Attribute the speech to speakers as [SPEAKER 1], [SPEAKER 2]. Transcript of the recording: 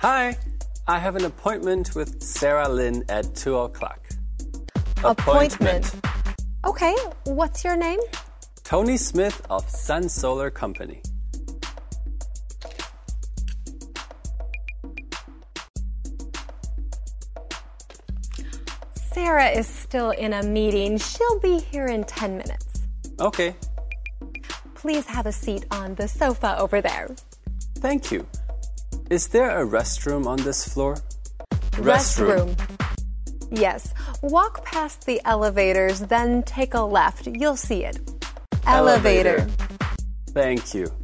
[SPEAKER 1] Hi, I have an appointment with Sarah Lynn at 2 o'clock.
[SPEAKER 2] Okay, what's your name?
[SPEAKER 1] Tony Smith of Sun Solar Company.
[SPEAKER 2] Sarah is still in a meeting. She'll be here in 10 minutes.
[SPEAKER 1] Okay,
[SPEAKER 2] Please have a seat on the sofa over there.
[SPEAKER 1] thank you. Is there a restroom on this floor?
[SPEAKER 2] Yes. Walk past the elevators, then take a left. You'll see it.
[SPEAKER 1] Thank you.